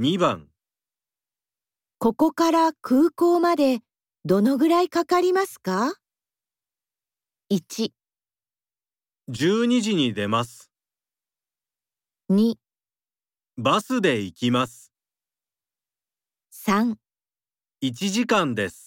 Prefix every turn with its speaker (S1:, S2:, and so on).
S1: 2番
S2: ここから空港までどのぐらいかかりますか ?1、
S1: 12時に出ます
S2: 2、
S1: バスで行きます
S2: 3
S1: 1時間です